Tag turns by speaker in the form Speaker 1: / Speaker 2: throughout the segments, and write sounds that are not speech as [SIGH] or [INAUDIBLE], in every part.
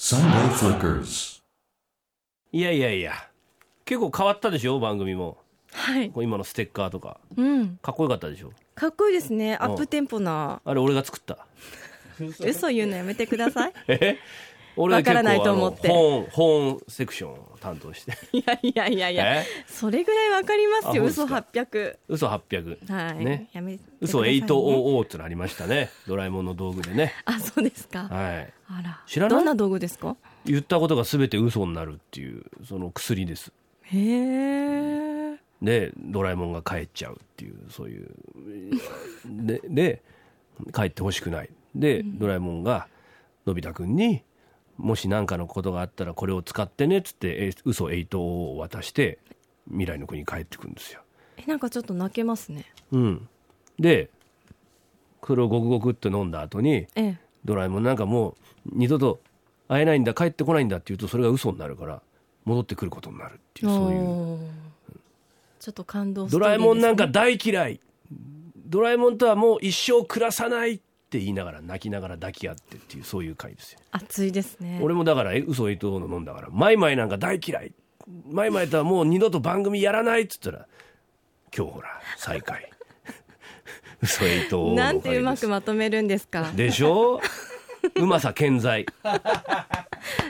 Speaker 1: Sunday Flickers.
Speaker 2: いやいやいや結構変わったでしょ番組も
Speaker 3: はい
Speaker 2: こう今のステッカーとか
Speaker 3: うん
Speaker 2: かっこよかったでしょ
Speaker 3: かっこいいですね
Speaker 2: う
Speaker 3: ア
Speaker 2: ん
Speaker 3: ップテンポな
Speaker 2: あれ俺が作った
Speaker 3: 嘘言うのやめてく
Speaker 2: [LAUGHS]
Speaker 3: ださい
Speaker 2: え俺が
Speaker 3: わからないと思っ
Speaker 2: 結
Speaker 3: て
Speaker 2: 構あの保温保温セクションを担当して
Speaker 3: いやいやいやいや
Speaker 2: え
Speaker 3: それぐらいわかりますよ
Speaker 2: あそうですか
Speaker 3: 嘘800
Speaker 2: 嘘800
Speaker 3: はい、
Speaker 2: ね
Speaker 3: やめてくださいね
Speaker 2: 嘘800ってのありましたねドラえもんの道具でね
Speaker 3: あそうですか
Speaker 2: はい
Speaker 3: あら
Speaker 2: 知らない
Speaker 3: どんな道具ですか
Speaker 2: 言ったことが全て嘘になるっていうその薬です
Speaker 3: へえ
Speaker 2: でドラえもんが帰っちゃうっていうそういうでで帰ってほしくないで、ドラえもんがのび太くんにもし何かのことがあったらこれを使ってねっつってえ嘘エイトを渡して未来の国に帰ってくるんですよ。
Speaker 3: えなんかちょっと泣けますね
Speaker 2: うん、でそれをゴクゴクって飲んだ後に
Speaker 3: ええ
Speaker 2: ドラえもんなんかもう二度と会えないんだ帰ってこないんだって言うとそれが嘘になるから戻ってくることになるっていうそういう。
Speaker 3: おーちょっと感動
Speaker 2: ドラえもんなんか
Speaker 3: ス
Speaker 2: 大嫌いドラえもんとはもう一生暮らさないって言いながら泣きながら抱き合ってっていうそういう回ですよ、
Speaker 3: トーリーですね熱いですね
Speaker 2: 俺もだからえ嘘いとうの飲んだからマイマイなんか大嫌いマイマイとはもう二度と番組やらないっつったら今日ほら再会 [LAUGHS] 嘘いとうの
Speaker 3: なん
Speaker 2: おか
Speaker 3: て
Speaker 2: げ
Speaker 3: うま
Speaker 2: で
Speaker 3: く
Speaker 2: す
Speaker 3: まとめるんですか
Speaker 2: でしょうまさ健
Speaker 3: [LAUGHS]
Speaker 2: 在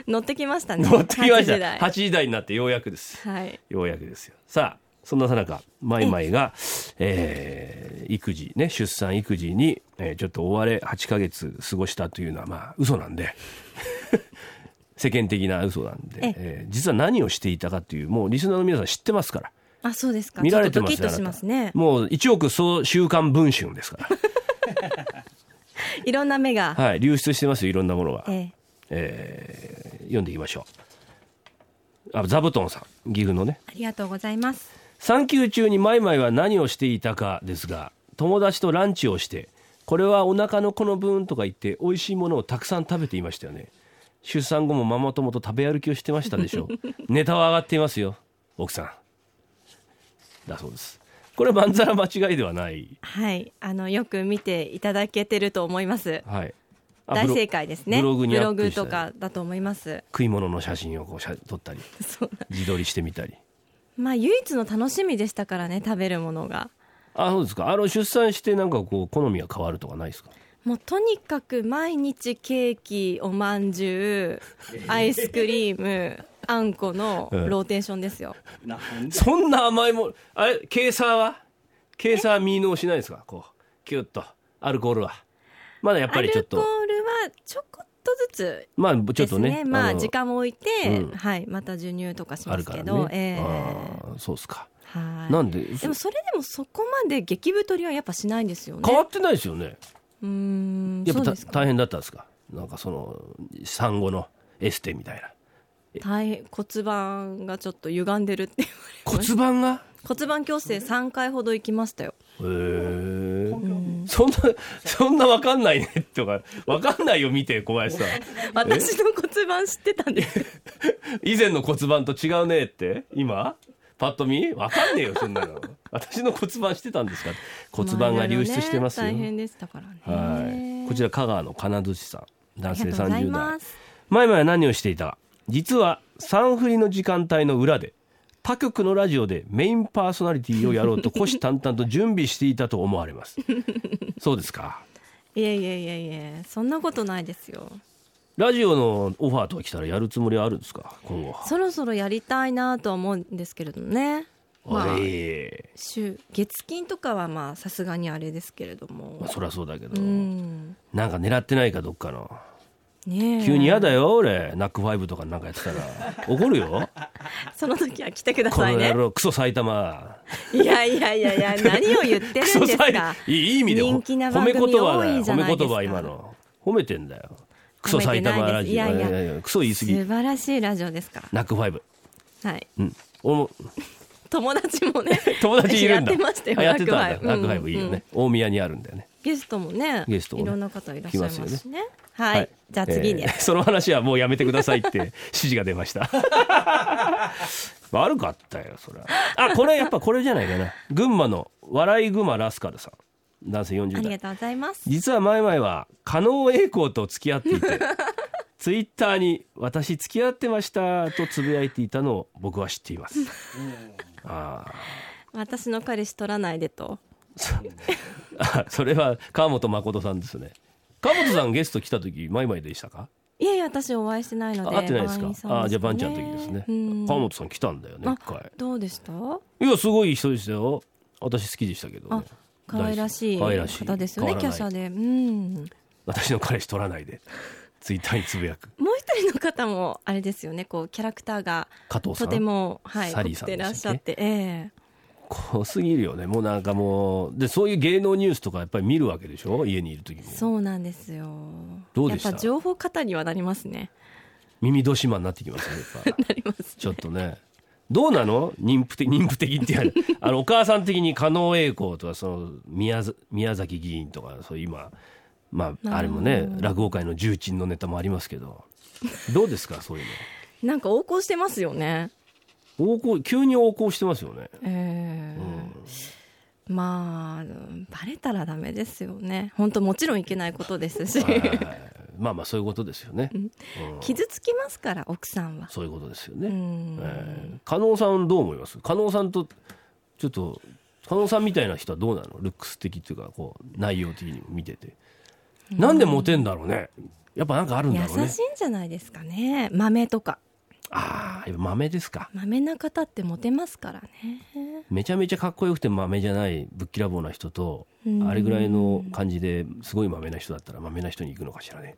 Speaker 3: 乗ってきましたね
Speaker 2: [LAUGHS] 持ってきました
Speaker 3: 8時台
Speaker 2: 8時台になってようやくです
Speaker 3: はい
Speaker 2: ようやくですよさあそんなさなかマイマイが、えー育児ね出産育児に、えーちょっと追われ8ヶ月過ごしたというのはまあ嘘なんで [LAUGHS] 世間的な嘘なんで
Speaker 3: ええ、
Speaker 2: えー実は何をしていたかというもうリスナーの皆さん知ってますから
Speaker 3: あそうですか
Speaker 2: 見られてます
Speaker 3: ちょっとドキッとします
Speaker 2: あ
Speaker 3: ね
Speaker 2: なたもう1億総週刊文春ですから
Speaker 3: [LAUGHS] いろんな目が、
Speaker 2: はい流出してますよいろんなものが、
Speaker 3: ええ
Speaker 2: えー読んでいきましょうあ座布団さん岐阜のね
Speaker 3: ありがとうございます
Speaker 2: 産休中にマイマイは何をしていたかですが友達とランチをしてこれはお腹の子の分とか言って美味しいものをたくさん食べていましたよね出産後もママ友と食べ歩きをしてましたでしょ
Speaker 3: [LAUGHS]
Speaker 2: うネタは上がっていますよ奥さんだそうですこれまんざら間違いではない
Speaker 3: はいあのよく見ていただけてると思います
Speaker 2: はいあ
Speaker 3: 大
Speaker 2: ブロ
Speaker 3: 正解ですね
Speaker 2: ブログにアップした
Speaker 3: と
Speaker 2: り
Speaker 3: かだと思います
Speaker 2: 食い物の写真をこう写撮ったり
Speaker 3: そう
Speaker 2: 自撮りしてみたり
Speaker 3: まあ唯一の楽しみでしたからね食べるものが
Speaker 2: あそうですかあの出産してなんかこう好みが変わるとかないですか
Speaker 3: もうとにかく毎日ケーキおまんじゅうアイスクリームあんこのローテーションですよ、
Speaker 2: そんな甘いもん、あれ、ケーサーはケーサーミーノをしないですかこう、キュッと。アルコールは。まだやっぱりちょっ
Speaker 3: アル
Speaker 2: と
Speaker 3: コ、ールはちょこっとずつ
Speaker 2: まあちょ
Speaker 3: で
Speaker 2: っと
Speaker 3: す
Speaker 2: ね
Speaker 3: ね。ま
Speaker 2: あ
Speaker 3: あ
Speaker 2: の
Speaker 3: 時間も置いて、
Speaker 2: うん
Speaker 3: はいまた授乳とかし
Speaker 2: あ
Speaker 3: ま
Speaker 2: る
Speaker 3: す
Speaker 2: か
Speaker 3: け
Speaker 2: らね。
Speaker 3: ど、ええ
Speaker 2: あーそうっすか。
Speaker 3: はい
Speaker 2: なんで、
Speaker 3: でもそれでもそこまで激太りはやっぱしないんですよね
Speaker 2: 変わってないですよね。
Speaker 3: うーん
Speaker 2: やっ
Speaker 3: そう
Speaker 2: ぱた
Speaker 3: ですか
Speaker 2: 大変だったんですかなんかその、産後のエステみたいな。
Speaker 3: 大変骨盤がちょっと歪んでるっていう
Speaker 2: 骨盤が
Speaker 3: 骨盤矯正3回ほど行きましたよ
Speaker 2: へえ。そんな、そんなわかんないねとか、わかんないよ見て、小林さん。
Speaker 3: 私の骨盤知ってたんです
Speaker 2: 以前の骨盤と違うねって今パッと見わかんねえよそんな
Speaker 3: [LAUGHS]
Speaker 2: の私の骨盤してたんですか骨盤が流出してますよ、
Speaker 3: まあいろいろね大変でしたからね
Speaker 2: はいこちら香川の金槌さん男
Speaker 3: あ
Speaker 2: 性
Speaker 3: りがとうござい
Speaker 2: 30代
Speaker 3: ます
Speaker 2: 前々は何をしていたか実は産振りの時間帯の裏で他局のラジオでメインパーソナリティをやろうと虎視眈々と準備していたと思われます
Speaker 3: [LAUGHS]
Speaker 2: そうですか
Speaker 3: いえいえいえいえそんなことないですよ
Speaker 2: ラジオのオファーとか来たらやるつもりはあるんですか今後
Speaker 3: そろそろやりたいなとは思うんですけれどもねまあ
Speaker 2: あれ
Speaker 3: 週月金とかはまあさすがにあれですけれども
Speaker 2: まあそりゃそうだけど、
Speaker 3: うん
Speaker 2: なんか狙ってないかどっかの
Speaker 3: ねえ
Speaker 2: 急に嫌だよ俺ナックファイブとかなんかやってたら怒る
Speaker 3: [LAUGHS]
Speaker 2: よ
Speaker 3: その時は来てくだ
Speaker 2: こ
Speaker 3: さい
Speaker 2: の野
Speaker 3: ね
Speaker 2: 郎クソ埼玉
Speaker 3: いやいやいやい
Speaker 2: [LAUGHS]
Speaker 3: や何を言って
Speaker 2: ク
Speaker 3: るん
Speaker 2: ソ
Speaker 3: です
Speaker 2: 埼玉
Speaker 3: か
Speaker 2: いいいい意味で
Speaker 3: 人気な
Speaker 2: 褒
Speaker 3: 番
Speaker 2: め
Speaker 3: 組
Speaker 2: 言葉だ
Speaker 3: 多
Speaker 2: よ
Speaker 3: いじゃ
Speaker 2: 褒
Speaker 3: ないですか
Speaker 2: め言葉今の褒めてんだよクソ埼玉ラジオ
Speaker 3: 褒めてないですいやいや
Speaker 2: クソ言い過ぎ
Speaker 3: 素晴らしいラジオですから
Speaker 2: ナックファイブ
Speaker 3: はい
Speaker 2: うん俺も
Speaker 3: 友達もね
Speaker 2: [LAUGHS] 友達いるんだ
Speaker 3: やってましたよ
Speaker 2: あやってたんだ
Speaker 3: ナックファイブ
Speaker 2: ナックファイブいいよね、大宮にあるんだよね
Speaker 3: ゲストもね
Speaker 2: ゲストも
Speaker 3: い
Speaker 2: ね
Speaker 3: ろんな方いらっしゃいますし
Speaker 2: 来ます
Speaker 3: ねはい、じゃあ次に、
Speaker 2: えー [LAUGHS] その話はもうやめてくださいって指示が出ました [LAUGHS] 悪かったよそれはあこれやっぱこれじゃないかな群馬の笑いマラスカルさん男性
Speaker 3: あ
Speaker 2: 40
Speaker 3: りが
Speaker 2: 代
Speaker 3: とうございます
Speaker 2: 実は前々は加納栄光と付き合っていて [LAUGHS] ツイッターに「私付き合ってました」とつぶやいていたのを僕は知っていますあー
Speaker 3: 私の彼氏取らないでと
Speaker 2: あ [LAUGHS] それは川本誠さんですね川本さんゲスト来た時マイマイでしたか
Speaker 3: いやいや私お会いしてないので
Speaker 2: あ会ってないですか
Speaker 3: バンさん
Speaker 2: あーじゃあバンちゃんの時ですね
Speaker 3: うん
Speaker 2: 川本さん来たんだよね
Speaker 3: あ
Speaker 2: 一回
Speaker 3: どうでした
Speaker 2: いやすごい人でしたよ私好きでしたけどね
Speaker 3: あ可愛らしい
Speaker 2: 可愛らしい
Speaker 3: 方ですよね
Speaker 2: 変わ
Speaker 3: キ
Speaker 2: らない
Speaker 3: ャシャでうんもう
Speaker 2: 私の彼氏取らないでツイッターにつぶやく
Speaker 3: 一人の方もあれですよねこうキャラクターが
Speaker 2: 加藤さ
Speaker 3: と
Speaker 2: ん
Speaker 3: てもはい
Speaker 2: サ
Speaker 3: 凝
Speaker 2: リー
Speaker 3: っ
Speaker 2: さんで
Speaker 3: て
Speaker 2: したっけ
Speaker 3: らっしゃってええ
Speaker 2: 濃すぎるよねもうなんかもうでそういう芸能ニュースとかやっぱり見るわけでしょ家にいる時も
Speaker 3: そうなんですよ
Speaker 2: どうでした
Speaker 3: やっぱ情報過多にはなりますね
Speaker 2: 耳戸島になってきますねやっぱ
Speaker 3: [LAUGHS] なります
Speaker 2: ちょっとねどうなの妊婦的妊婦的ってや
Speaker 3: [LAUGHS]
Speaker 2: るあのお母さん的に加納栄光とかその宮ざ宮崎議員とかそういう今まああれもね
Speaker 3: うん
Speaker 2: 落語界の重鎮のネタもありますけどどうですかそういう
Speaker 3: なんか横行してますよね
Speaker 2: の横行急に横行してますよね
Speaker 3: ええ
Speaker 2: うん
Speaker 3: まあバレたらダメですよね本当もちろんいけないことですし
Speaker 2: はいはいはいまあまあそういうことですよね、うん
Speaker 3: [LAUGHS] 傷つきますから奥さんは
Speaker 2: そういうことですよ
Speaker 3: う
Speaker 2: ね、
Speaker 3: ん、
Speaker 2: えー加納さんどう思います加納さんとちょっと加納さんみたいな人はどうなのルックス的っていうかこう内容的にも見ててなんでモテんだろうねやっぱなんかあるんだろう
Speaker 3: 優
Speaker 2: ね
Speaker 3: しいんじゃないですかね豆とか
Speaker 2: ああ豆ですか
Speaker 3: 豆な方ってモテますからね
Speaker 2: めちゃめちゃかっこよくて豆じゃないぶっきらぼうな人と
Speaker 3: うん
Speaker 2: あれぐらいの感じですごい豆な人だったら豆な人に行くのかしらね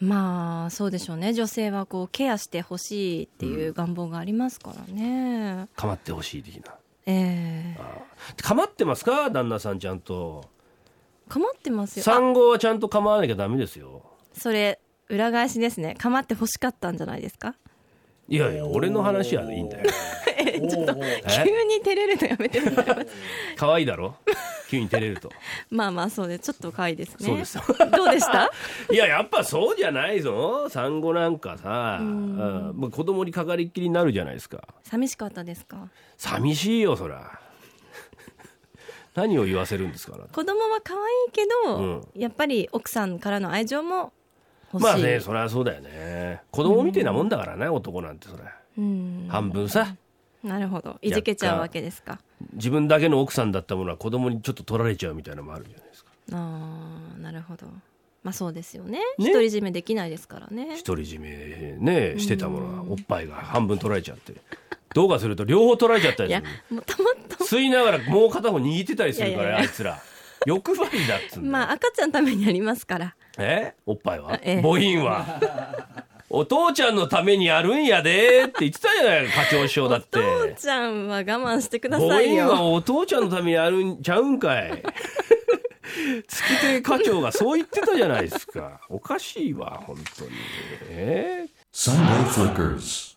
Speaker 3: まあそうでしょうね女性はこうケアしてほしいっていう願望がありますからね、
Speaker 2: かまってほしい的な
Speaker 3: ええ
Speaker 2: かまってますか旦那さんちゃんと
Speaker 3: 構ってますよあ
Speaker 2: 産後はちゃんと構わなきゃダメですよ
Speaker 3: それ裏返しですね構ってほしかったんじゃないですか
Speaker 2: いやいや俺の話はいいんだよ
Speaker 1: おー。 [LAUGHS] ちょっと
Speaker 2: え
Speaker 3: 急に照れるのやめてもらえ
Speaker 2: [LAUGHS]
Speaker 3: ます
Speaker 2: 可愛いだろ急に照れ
Speaker 1: [LAUGHS]
Speaker 2: ると
Speaker 3: まあまあそうでちょっと可愛いですね
Speaker 2: そうです
Speaker 3: どうでした
Speaker 2: いややっぱそうじゃないぞ産後なんかさ、う
Speaker 3: うん
Speaker 2: んもう子供にかかりっきりになるじゃないですか
Speaker 3: 寂しかったですか
Speaker 2: 寂しいよそら [LAUGHS] 何を言わせるんですかあなた
Speaker 3: 子供は可愛いけど、やっぱり奥さんからの愛情も欲しい、
Speaker 2: まあねそりゃそうだよね子供みたいなもんだからね、男なんてそれ
Speaker 3: うん
Speaker 2: 半分さ
Speaker 3: なるほどいじけちゃうわけですか
Speaker 2: 自分だけの奥さんだったものは子供にちょっと取られちゃうみたいなのもあるじゃないですか
Speaker 3: あーなるほどまあそうですよね
Speaker 2: ね
Speaker 3: 独り占めできないですからね
Speaker 2: 独り占めねしてたものはおっぱいが半分取られちゃってどうかすると両方取られちゃった
Speaker 3: い
Speaker 2: りす
Speaker 3: や
Speaker 2: る
Speaker 3: もうたまた
Speaker 2: 吸いながらもう片方握ってたりするから
Speaker 3: いやいやいや
Speaker 2: あいつら欲張りだっつうんだよ、
Speaker 3: まあ赤ちゃんのためにありますから
Speaker 2: えおっぱいは、
Speaker 3: ええ
Speaker 2: 母音は
Speaker 3: [LAUGHS]
Speaker 2: お父ちゃんのためにやるんやでって言ってたじゃない課長師匠だって
Speaker 3: 父ちゃんは我慢してくだ
Speaker 2: 母
Speaker 3: さい
Speaker 2: 音は
Speaker 3: よ
Speaker 2: お父ちゃんのためにやるんちゃうんか
Speaker 3: [LAUGHS]
Speaker 2: い月亭課長がそう言ってたじゃないですかおかしいわ本当にええ
Speaker 4: Sunday Flickers.